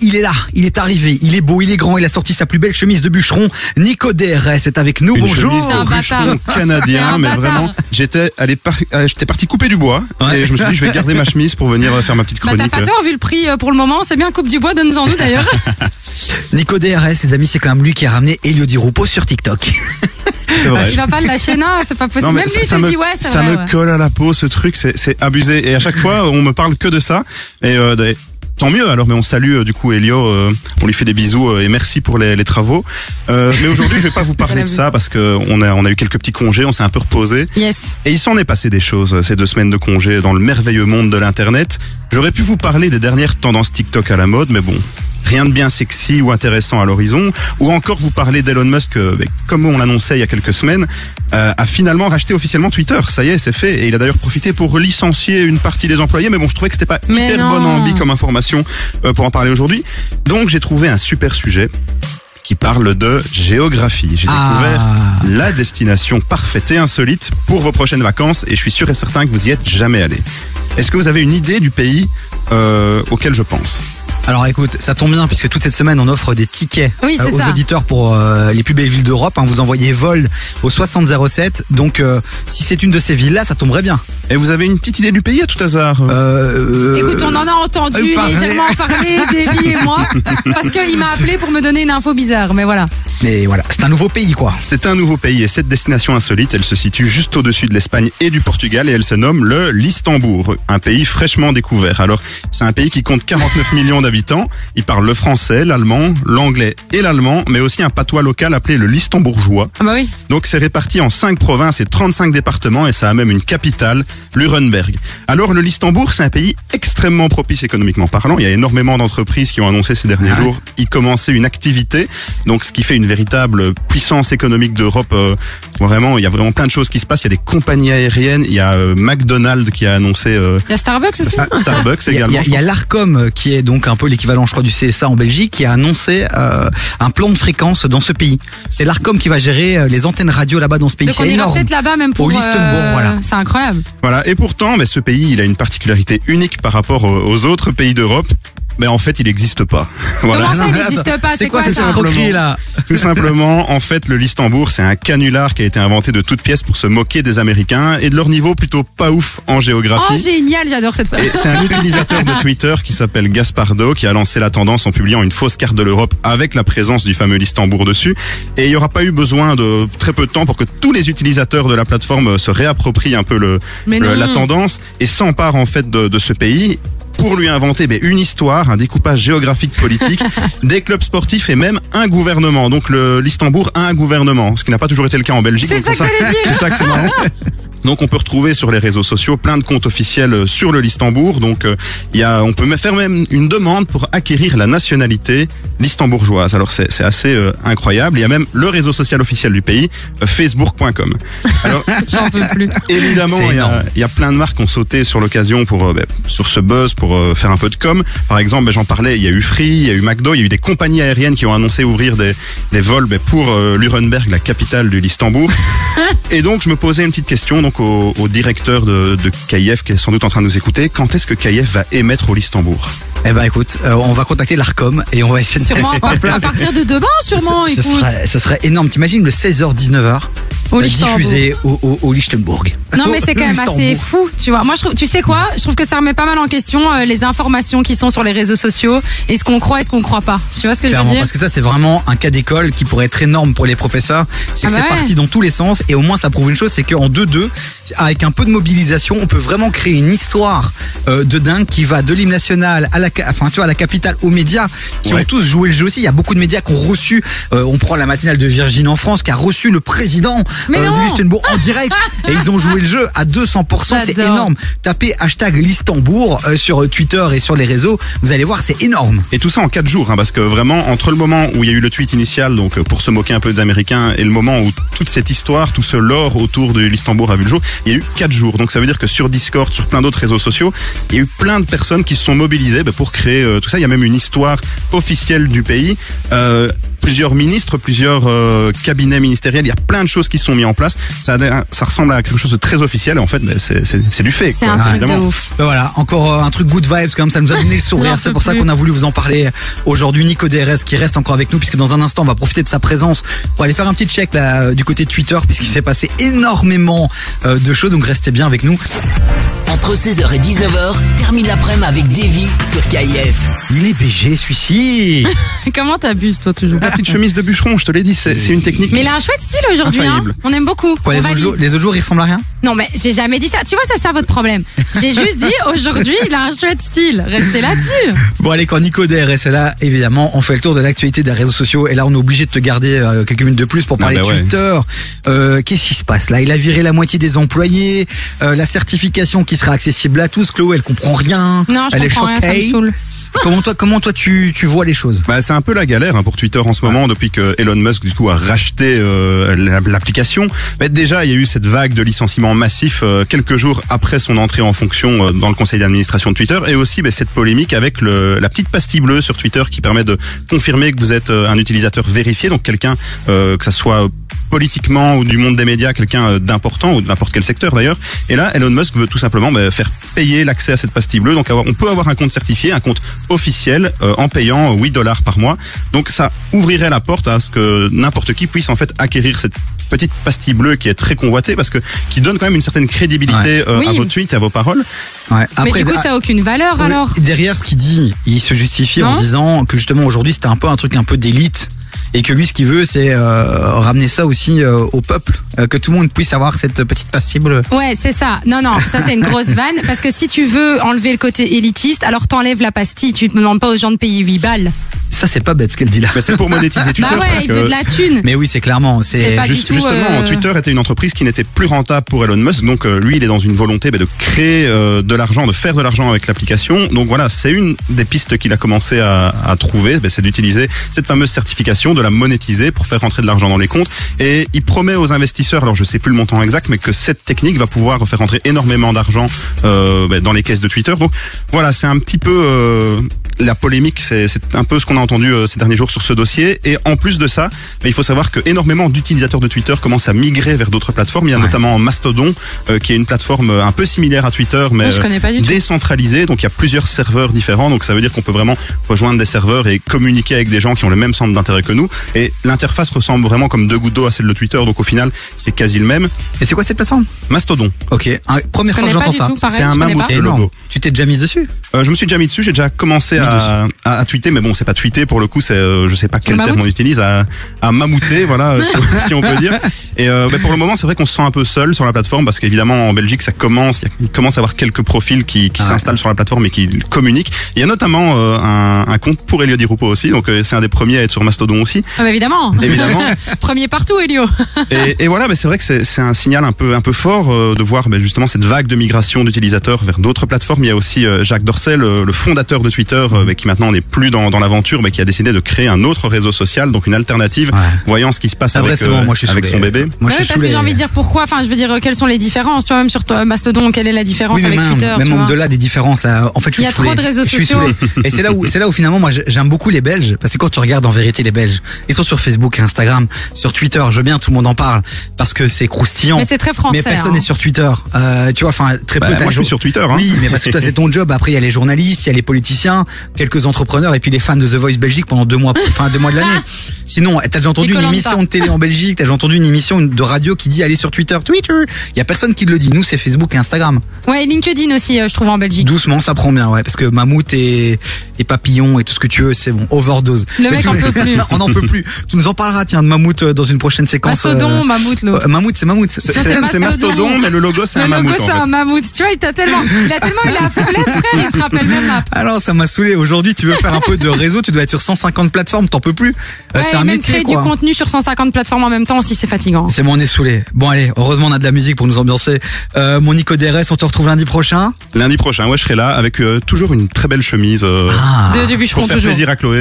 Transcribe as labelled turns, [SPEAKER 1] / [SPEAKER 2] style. [SPEAKER 1] il est là, il est arrivé, il est beau, il est grand, il a sorti sa plus belle chemise de bûcheron. Nico DRS est avec nous.
[SPEAKER 2] Une
[SPEAKER 1] Bonjour.
[SPEAKER 2] chemise
[SPEAKER 3] C'est un
[SPEAKER 2] de bûcheron
[SPEAKER 3] C'est
[SPEAKER 2] canadien,
[SPEAKER 3] un
[SPEAKER 2] mais
[SPEAKER 3] bâtard.
[SPEAKER 2] vraiment, j'étais allé par- euh, j'étais parti couper du bois
[SPEAKER 1] Ouais.
[SPEAKER 2] et je me suis dit je vais garder ma chemise pour venir euh, faire ma petite
[SPEAKER 3] Bah t'as
[SPEAKER 2] chronique. hein.
[SPEAKER 3] pas tort vu le prix euh, pour le moment, c'est bien coupe du bois, donne-en nous d'ailleurs.
[SPEAKER 1] Nico DRS, les amis, c'est quand même lui qui a ramené Elio Di Rupo sur TikTok.
[SPEAKER 2] C'est vrai.
[SPEAKER 3] Il va pas le lâcher, non, c'est pas possible.
[SPEAKER 2] Non, mais
[SPEAKER 3] Bah, Même
[SPEAKER 2] ça-
[SPEAKER 3] lui
[SPEAKER 2] ça
[SPEAKER 3] s'est
[SPEAKER 2] me-
[SPEAKER 3] dit ouais, c'est
[SPEAKER 2] ça
[SPEAKER 3] vrai.
[SPEAKER 2] me
[SPEAKER 3] ouais.
[SPEAKER 2] colle à la peau ce truc, c'est c'est abusé. Et à chaque fois, on me parle que de ça. Et euh, des- tant mieux. Alors, mais on salue euh, du coup Elio, euh, on lui fait des bisous euh, et merci pour les, les travaux. Euh, mais aujourd'hui, je vais pas vous parler de ça parce que on a on a eu quelques petits congés, on s'est un peu reposé.
[SPEAKER 3] Yes.
[SPEAKER 2] Et il s'en est passé des choses euh, ces deux semaines de congé dans le merveilleux monde de l'Internet. J'aurais pu vous parler des dernières tendances TikTok à la mode, mais bon, rien de bien sexy ou intéressant à l'horizon. Ou encore vous parler d'Elon Musk, euh, mais comme on l'annonçait il y a quelques semaines, euh, a finalement racheté officiellement Twitter. Ça y est, c'est fait. Et il a d'ailleurs profité pour licencier une partie des employés, mais bon, je trouvais que c'était pas
[SPEAKER 3] Mais
[SPEAKER 2] hyper
[SPEAKER 3] non.
[SPEAKER 2] bonne envie comme information euh, pour en parler aujourd'hui. Donc j'ai trouvé un super sujet qui parle de géographie. J'ai découvert
[SPEAKER 1] Ah.
[SPEAKER 2] la destination parfaite et insolite pour vos prochaines vacances et je suis sûr et certain que vous y êtes jamais allé. Est-ce que vous avez une idée du pays euh, auquel je pense
[SPEAKER 1] Alors écoute, ça tombe bien puisque toute cette semaine on offre des tickets
[SPEAKER 3] Oui, c'est
[SPEAKER 1] aux
[SPEAKER 3] ça.
[SPEAKER 1] auditeurs pour euh, les plus belles villes d'Europe. hein. Vous envoyez vol au 6007. Donc euh, si c'est une de ces villes-là, ça tomberait bien.
[SPEAKER 2] Et vous avez une petite idée du pays à tout hasard
[SPEAKER 1] Euh, euh,
[SPEAKER 3] Écoute, on en a entendu
[SPEAKER 1] euh, parler.
[SPEAKER 3] légèrement parler, Davy et moi, parce qu'il m'a appelé pour me donner une info bizarre, mais voilà.
[SPEAKER 1] Mais voilà, c'est un nouveau pays quoi.
[SPEAKER 2] C'est un nouveau pays et cette destination insolite, elle se situe juste au-dessus de l'Espagne et du Portugal et elle se nomme le Listembourg, un pays fraîchement découvert. Alors, c'est un pays qui compte 49 millions d'habitants. Il parle le français, l'allemand, l'anglais et l'allemand, mais aussi un patois local appelé le listembourgeois.
[SPEAKER 3] Ah bah oui.
[SPEAKER 2] Donc c'est réparti en 5 provinces et 35 départements et ça a même une capitale, Luremberg. Alors le Listembourg, c'est un pays extrêmement propice économiquement parlant. Il y a énormément d'entreprises qui ont annoncé ces derniers jours y commencer une activité. Donc ce qui fait une véritable puissance économique d'Europe. euh, vraiment, il y a vraiment plein de choses qui se passent. Il y a des compagnies aériennes, il y a euh, McDonald's qui a annoncé euh,
[SPEAKER 3] Il y a Starbucks aussi.
[SPEAKER 2] Starbucks
[SPEAKER 1] Il y a-
[SPEAKER 2] également.
[SPEAKER 1] il y a, il y a l'Arcom euh, qui est donc un peu l'équivalent, je crois, du CSA en Belgique, qui a annoncé euh, un plan de fréquence dans ce pays. C'est l'Arcom qui va gérer euh, les antennes radio là-bas dans ce pays.
[SPEAKER 3] Donc on
[SPEAKER 1] C'est
[SPEAKER 3] ira
[SPEAKER 1] énorme.
[SPEAKER 3] peut-être là-bas même pour.
[SPEAKER 1] Lichtenbourg,
[SPEAKER 3] euh,
[SPEAKER 1] voilà.
[SPEAKER 3] C'est incroyable.
[SPEAKER 2] Voilà. Et pourtant, mais ce pays, il a une particularité unique par rapport aux aux autres pays d'Europe. Mais en fait, il n'existe pas. Voilà.
[SPEAKER 3] Comment ça, il
[SPEAKER 1] Ah,
[SPEAKER 3] n'existe pas
[SPEAKER 1] C'est quoi,
[SPEAKER 3] ça
[SPEAKER 1] cette escroquerie là
[SPEAKER 2] Tout simplement, en fait, le Listembourg, c'est un canular qui a été inventé de toutes pièces pour se moquer des Américains et de leur niveau plutôt pas ouf en
[SPEAKER 3] Oh,
[SPEAKER 2] géographie.
[SPEAKER 3] génial, j'adore cette phrase.
[SPEAKER 2] Ah, et c'est un utilisateur de Twitter qui s'appelle Gaspardo qui a lancé la tendance en publiant une fausse carte de l'Europe avec la présence du fameux Listembourg dessus. Et il n'y aura pas eu besoin de très peu de temps pour que tous les utilisateurs de la plateforme euh, se réapproprient un peu le,
[SPEAKER 3] Mais
[SPEAKER 2] le-
[SPEAKER 3] non.
[SPEAKER 2] la tendance et s'emparent en fait de, de ce pays pour lui inventer ben, une histoire, un découpage géographique politique, des clubs sportifs et même un gouvernement. Donc le l'Istanbul a un gouvernement, ce qui n'a pas toujours été le cas en Belgique.
[SPEAKER 3] C'est
[SPEAKER 2] donc
[SPEAKER 3] ça que j'allais dire.
[SPEAKER 2] c'est ça que c'est marrant. Donc on peut retrouver sur les réseaux sociaux plein de comptes officiels euh, sur le Listembourg. Donc euh, il y a, on peut même faire même une demande pour acquérir la nationalité listembourgeoise. Alors c'est c'est assez euh, incroyable. Il y a même le réseau social officiel du pays, euh, facebook.com. Alors
[SPEAKER 3] J'en peux plus.
[SPEAKER 2] Évidemment,
[SPEAKER 1] C'est
[SPEAKER 2] il y,
[SPEAKER 1] énorme.
[SPEAKER 2] a, il y a plein de marques qui ont sauté sur l'occasion pour euh, ben, sur ce buzz pour euh, faire un peu de com. Par exemple, ben, j'en parlais, il y a eu Free, il y a eu McDo, il y a eu des compagnies aériennes qui ont annoncé ouvrir des, des vols ben, pour euh, Luremberg, la capitale du Listembourg. Et donc, je me posais une petite question donc au, au directeur de, de KIF qui est sans doute en train de nous écouter. Quand est-ce que KIF va émettre au Listembourg
[SPEAKER 1] Eh ben écoute, euh, on va contacter l'Arcom et on va essayer de
[SPEAKER 3] Sûrement à, part- à partir de demain, sûrement,
[SPEAKER 1] ce, ce
[SPEAKER 3] écoute.
[SPEAKER 1] serait, ce serait énorme. T'imagines le 16h-19h
[SPEAKER 3] Au Lichtenbourg.
[SPEAKER 1] diffusé euh, au, au, au Lichtenbourg.
[SPEAKER 3] Non mais c'est quand même assez fou, tu vois. Moi, je trouve, tu sais quoi Je trouve que ça remet pas mal en question euh, les informations qui sont sur les réseaux sociaux et ce qu'on croit et ce qu'on croit pas. Tu vois ce que je veux
[SPEAKER 1] Clairement,
[SPEAKER 3] dire
[SPEAKER 1] parce que ça, c'est vraiment un cas d'école qui pourrait être énorme pour les professeurs. C'est que
[SPEAKER 3] Ah
[SPEAKER 1] c'est
[SPEAKER 3] bah ouais.
[SPEAKER 1] parti dans tous les sens. Et au moins, ça prouve une chose, c'est qu'en 2-2, avec un peu de mobilisation, on peut vraiment créer une histoire euh, de dingue qui va de l'hymne national à la, ca- enfin, tu vois, à la capitale, aux médias qui
[SPEAKER 2] Ouais.
[SPEAKER 1] ont tous joué le jeu aussi. Il y a beaucoup de médias qui ont reçu, euh, on prend la matinale de Virgin en France, qui a reçu le président
[SPEAKER 3] Mais non
[SPEAKER 1] du Liechtenbourg en direct. et ils ont joué le jeu à 200%. C'est
[SPEAKER 3] J'adore.
[SPEAKER 1] énorme. Tapez hashtag Listembourg euh, sur Twitter et sur les réseaux. Vous allez voir, c'est énorme.
[SPEAKER 2] Et tout ça en quatre jours, hein, parce que vraiment, entre le moment où il y a eu le tweet initial, donc euh, pour se moquer un peu des Américains, et le moment où toute cette histoire, tout ce lore autour de l'Istanbul a vu le jour, il y a eu quatre jours. Donc ça veut dire que sur Discord, sur plein d'autres réseaux sociaux, il y a eu plein de personnes qui se sont mobilisées bah, pour créer euh, tout ça. Il y a même une histoire officielle du pays. Euh, plusieurs ministres, plusieurs euh, cabinets ministériels. Il y a plein de choses qui sont mises en place. Ça, a- ça ressemble à quelque chose de très officiel. Et en fait, ben, c'est c'est- c'est du fait.
[SPEAKER 3] C'est un truc de ouf.
[SPEAKER 1] Ben voilà, encore euh, un truc good vibes comme ça nous a donné le sourire.
[SPEAKER 3] J'en
[SPEAKER 1] C'est
[SPEAKER 3] peux
[SPEAKER 1] pour ça
[SPEAKER 3] plus.
[SPEAKER 1] qu'on a voulu vous en parler euh, aujourd'hui. Nico DRS qui reste encore avec nous puisque dans un instant on va profiter de sa présence pour aller faire un petit check là euh, du côté de Twitter puisqu'il s'est passé énormément euh, de choses. Donc restez bien avec nous.
[SPEAKER 4] Entre 16h et 19h, termine l'après-midi avec Davy sur KIF.
[SPEAKER 1] Il est BG celui-ci.
[SPEAKER 3] Comment t'abuses, toi, toujours
[SPEAKER 2] La petite chemise de bûcheron, je te l'ai dit, c'est c'est une technique.
[SPEAKER 3] Mais il a un chouette style aujourd'hui, hein.
[SPEAKER 2] Infaillible.
[SPEAKER 3] On aime beaucoup.
[SPEAKER 1] Quoi,
[SPEAKER 3] On
[SPEAKER 1] les, autres
[SPEAKER 3] valide.
[SPEAKER 1] jours, les autres jours, il ressemble à rien
[SPEAKER 3] Non, mais j'ai jamais dit ça. Tu vois, ça, c'est votre problème. J'ai juste dit, aujourd'hui, il a un chouette style. Restez là-dessus.
[SPEAKER 1] Bon allez, quand Nico DRS est là, évidemment, on fait le tour de l'actualité des réseaux sociaux et là on est obligé de te garder euh, quelques minutes de plus pour
[SPEAKER 2] Ah
[SPEAKER 1] parler
[SPEAKER 2] bah ouais.
[SPEAKER 1] Twitter. Euh, Qu'est-ce qui se passe là Il a viré la moitié des employés, euh, la certification qui sera accessible à tous. Chloé, elle comprend rien.
[SPEAKER 3] Non, je
[SPEAKER 1] elle
[SPEAKER 3] comprends
[SPEAKER 1] est
[SPEAKER 3] rien,
[SPEAKER 1] choquée.
[SPEAKER 3] ça me saoule.
[SPEAKER 1] Comment toi, comment toi tu, tu vois les choses
[SPEAKER 2] Bah, c'est un peu la galère hein, pour Twitter en ce moment depuis que Elon Musk du coup a racheté euh, la- l'application. Mais déjà, il y a eu cette vague de licenciements massifs euh, quelques jours après son entrée en fonction euh, dans le conseil d'administration de Twitter et aussi bah, cette polémique avec le, la petite pastille bleue sur Twitter qui permet de confirmer que vous êtes euh, un utilisateur vérifié, donc quelqu'un euh, que ça soit politiquement ou du monde des médias, quelqu'un euh, d'important ou de n'importe quel secteur d'ailleurs. Et là, Elon Musk veut tout simplement bah, faire payer l'accès à cette pastille bleue. Donc avoir- on peut avoir un compte certifié, un compte officiel euh, en payant euh, 8 dollars par mois. Donc ça ouvrirait la porte à ce que n'importe qui puisse en fait acquérir cette petite pastille bleue qui est très convoitée parce que qui donne quand même une certaine crédibilité euh, à
[SPEAKER 3] Oui.
[SPEAKER 2] vos tweets, à vos paroles.
[SPEAKER 1] ouais.
[SPEAKER 3] mais du coup,
[SPEAKER 1] ah,
[SPEAKER 3] ça a aucune valeur,
[SPEAKER 1] attendez,
[SPEAKER 3] alors.
[SPEAKER 1] derrière ce qu'il dit, il se justifie en
[SPEAKER 3] Non
[SPEAKER 1] disant que justement aujourd'hui c'était un peu un truc un peu d'élite et que lui ce qu'il veut c'est euh, ramener ça aussi euh, au peuple, euh, que tout le monde puisse avoir cette petite passible.
[SPEAKER 3] Ouais, c'est ça. Non, non, ça c'est une grosse vanne. Parce que si tu veux enlever le côté élitiste, alors t'enlèves la pastille. Tu ne demandes pas aux gens de payer 8 balles.
[SPEAKER 1] Ça c'est pas bête ce qu'elle dit là.
[SPEAKER 2] Mais c'est pour monétiser Twitter
[SPEAKER 3] bah ouais,
[SPEAKER 2] parce
[SPEAKER 3] il
[SPEAKER 2] que
[SPEAKER 3] veut de la thune.
[SPEAKER 1] Mais oui, c'est clairement.
[SPEAKER 3] C'est
[SPEAKER 1] C'est
[SPEAKER 3] pas
[SPEAKER 1] juste.
[SPEAKER 3] du tout,
[SPEAKER 2] justement,
[SPEAKER 3] euh,
[SPEAKER 2] Twitter était une entreprise qui n'était plus rentable pour Elon Musk. Donc euh, lui, il est dans une volonté bah, de créer euh, de l'argent, de faire de l'argent avec l'application. Donc voilà, c'est une des pistes qu'il a commencé à, à trouver, Bah, c'est d'utiliser cette fameuse certification, de la monétiser pour faire rentrer de l'argent dans les comptes. Et il promet aux investisseurs, alors je sais plus le montant exact, mais que cette technique va pouvoir faire rentrer énormément d'argent euh, bah, dans les caisses de Twitter. Donc voilà, c'est un petit peu euh, la polémique, c'est c'est un peu ce qu'on a entendu euh, ces derniers jours sur ce dossier. Et en plus de ça, mais il faut savoir que énormément d'utilisateurs de Twitter commencent à migrer vers d'autres plateformes. Il y a notamment Mastodon, euh, qui est une plateforme euh, un peu similaire à Twitter, mais
[SPEAKER 3] je
[SPEAKER 2] euh,
[SPEAKER 3] connais pas du tout.
[SPEAKER 2] décentralisée. Donc il y a plusieurs serveurs différents. Donc ça veut dire qu'on peut vraiment rejoindre des serveurs et communiquer avec des gens qui ont le même centre d'intérêt que nous. Et l'interface ressemble vraiment comme deux gouttes d'eau à celle de Twitter. Donc au final, c'est quasi le même.
[SPEAKER 1] Et c'est quoi cette plateforme
[SPEAKER 2] Mastodon,
[SPEAKER 1] Ok, un- première
[SPEAKER 3] Je
[SPEAKER 1] fois que
[SPEAKER 3] connais
[SPEAKER 1] j'entends
[SPEAKER 3] pas du
[SPEAKER 1] ça.
[SPEAKER 3] tout, pareil,
[SPEAKER 2] c'est un
[SPEAKER 3] je connais
[SPEAKER 2] mammouth.
[SPEAKER 3] pas.
[SPEAKER 1] C'est
[SPEAKER 2] Le
[SPEAKER 1] énorme.
[SPEAKER 2] logo.
[SPEAKER 1] Tu t'es déjà mise dessus
[SPEAKER 2] Euh, je me suis déjà mis dessus, j'ai déjà commencé à, à, à tweeter, mais bon, c'est pas tweeter pour le coup, c'est euh, je sais pas quel terme
[SPEAKER 3] mammouth
[SPEAKER 2] on utilise, à, à mamouter, voilà, euh, si, on- si on peut dire. Et euh, mais pour le moment, c'est vrai qu'on se sent un peu seul sur la plateforme parce qu'évidemment en Belgique, ça commence, il y a- il commence à avoir quelques profils qui, qui
[SPEAKER 1] Ah ouais.
[SPEAKER 2] s'installent sur la plateforme et qui communiquent. Il y a notamment euh, un, un compte pour Elio Di Rupo aussi, donc euh, c'est un des premiers à être sur Mastodon aussi,
[SPEAKER 3] Ah bah évidemment.
[SPEAKER 2] évidemment.
[SPEAKER 3] Premier partout, Elio. Bah
[SPEAKER 1] Ah.
[SPEAKER 2] Et, et voilà, mais c'est vrai que c'est c'est un signal un peu un peu fort euh, de voir ben, justement cette vague de migration d'utilisateurs vers d'autres plateformes. Il y a aussi euh, Jacques Dorcel, le, le fondateur de Twitter, euh, ben, qui maintenant n'est plus dans, dans l'aventure, mais qui a décidé de créer un autre réseau social, donc une alternative,
[SPEAKER 1] Ouais.
[SPEAKER 2] voyant ce qui se passe
[SPEAKER 1] Ah,
[SPEAKER 2] avec,
[SPEAKER 1] vrai, c'est bon,
[SPEAKER 2] euh,
[SPEAKER 1] moi je suis
[SPEAKER 2] avec
[SPEAKER 1] saoulé.
[SPEAKER 2] son bébé.
[SPEAKER 1] Moi je
[SPEAKER 3] Ouais,
[SPEAKER 1] suis
[SPEAKER 3] parce que
[SPEAKER 1] saoulé.
[SPEAKER 3] j'ai envie de dire pourquoi. Enfin, je veux dire, euh, quelles sont les différences Tu vois, même sur toi, Mastodon, quelle est la différence
[SPEAKER 1] Oui, mais
[SPEAKER 3] avec
[SPEAKER 1] même,
[SPEAKER 3] Twitter tu
[SPEAKER 1] même
[SPEAKER 3] vois
[SPEAKER 1] au-delà des différences là, en fait, je suis
[SPEAKER 3] Il y a trop
[SPEAKER 1] saoulé.
[SPEAKER 3] de réseaux
[SPEAKER 1] Je suis
[SPEAKER 3] sociaux.
[SPEAKER 1] saoulé. Et c'est là où, c'est là où finalement, moi, j'aime beaucoup les Belges, parce que quand tu regardes en vérité les Belges, ils sont sur Facebook, Instagram, sur Twitter. Je veux bien, tout le monde en parle, parce que c'est croustillant.
[SPEAKER 3] Mais c'est très français.
[SPEAKER 1] Mais personne
[SPEAKER 3] hein.
[SPEAKER 1] n'est sur Twitter. Euh, tu vois, enfin, très
[SPEAKER 2] Bah,
[SPEAKER 1] peu. t'as
[SPEAKER 2] moi je
[SPEAKER 1] le-
[SPEAKER 2] suis sur Twitter. Hein.
[SPEAKER 1] Oui, mais parce que toi, c'est ton job. Après, il y a les journalistes, il y a les politiciens, quelques entrepreneurs et puis les fans de The Voice Belgique pendant deux mois, enfin deux mois de l'année. Sinon, t'as déjà entendu
[SPEAKER 3] Les
[SPEAKER 1] une
[SPEAKER 3] Koh-Lanta.
[SPEAKER 1] émission de télé en Belgique, t'as déjà entendu une émission de radio qui dit allez sur Twitter, Twitter. Il y a personne qui le dit. Nous, c'est Facebook et Instagram.
[SPEAKER 3] Ouais, LinkedIn aussi, euh, je trouve, en Belgique.
[SPEAKER 1] Doucement, ça prend bien, ouais, parce que mammouth et, et papillon et tout ce que tu veux, c'est bon, overdose.
[SPEAKER 3] Le
[SPEAKER 1] Mais
[SPEAKER 3] mec
[SPEAKER 1] tu-
[SPEAKER 3] en peut plus.
[SPEAKER 1] on n'en peut plus. Tu nous en parleras, tiens, de mammouth euh, dans une prochaine séquence.
[SPEAKER 3] Mastodon, mammouth,
[SPEAKER 1] euh,
[SPEAKER 3] l'autre.
[SPEAKER 1] euh, mammouth, c'est mammouth.
[SPEAKER 2] C'est
[SPEAKER 3] Ça, c'est
[SPEAKER 2] c'est
[SPEAKER 3] Mastodon.
[SPEAKER 2] Mastodon, mais le logo c'est un
[SPEAKER 3] Le logo,
[SPEAKER 2] mammouth. en
[SPEAKER 3] c'est
[SPEAKER 2] fait.
[SPEAKER 3] un mammouth. Tu vois, il t'a tellement. Il a tellement. Il a flemme, frère, il se rappelle même pas.
[SPEAKER 1] Alors ça m'a saoulé. Aujourd'hui, tu veux faire un peu de réseau, tu dois être sur 150 plateformes, t'en peux plus. Euh,
[SPEAKER 3] Ouais,
[SPEAKER 1] c'est
[SPEAKER 3] et
[SPEAKER 1] un
[SPEAKER 3] même
[SPEAKER 1] métier
[SPEAKER 3] créer
[SPEAKER 1] quoi.
[SPEAKER 3] du contenu sur 150 plateformes en même temps aussi, c'est fatigant.
[SPEAKER 1] C'est bon, on est saoulé. Bon allez, heureusement on a de la musique pour nous ambiancer. Euh, mon Nico DRS, on te retrouve lundi prochain.
[SPEAKER 2] Lundi prochain, ouais, je serai là avec euh, toujours une très belle chemise euh,
[SPEAKER 1] Ah.
[SPEAKER 3] De, du bûcheron
[SPEAKER 2] pour faire
[SPEAKER 3] toujours.
[SPEAKER 2] plaisir à Chloé.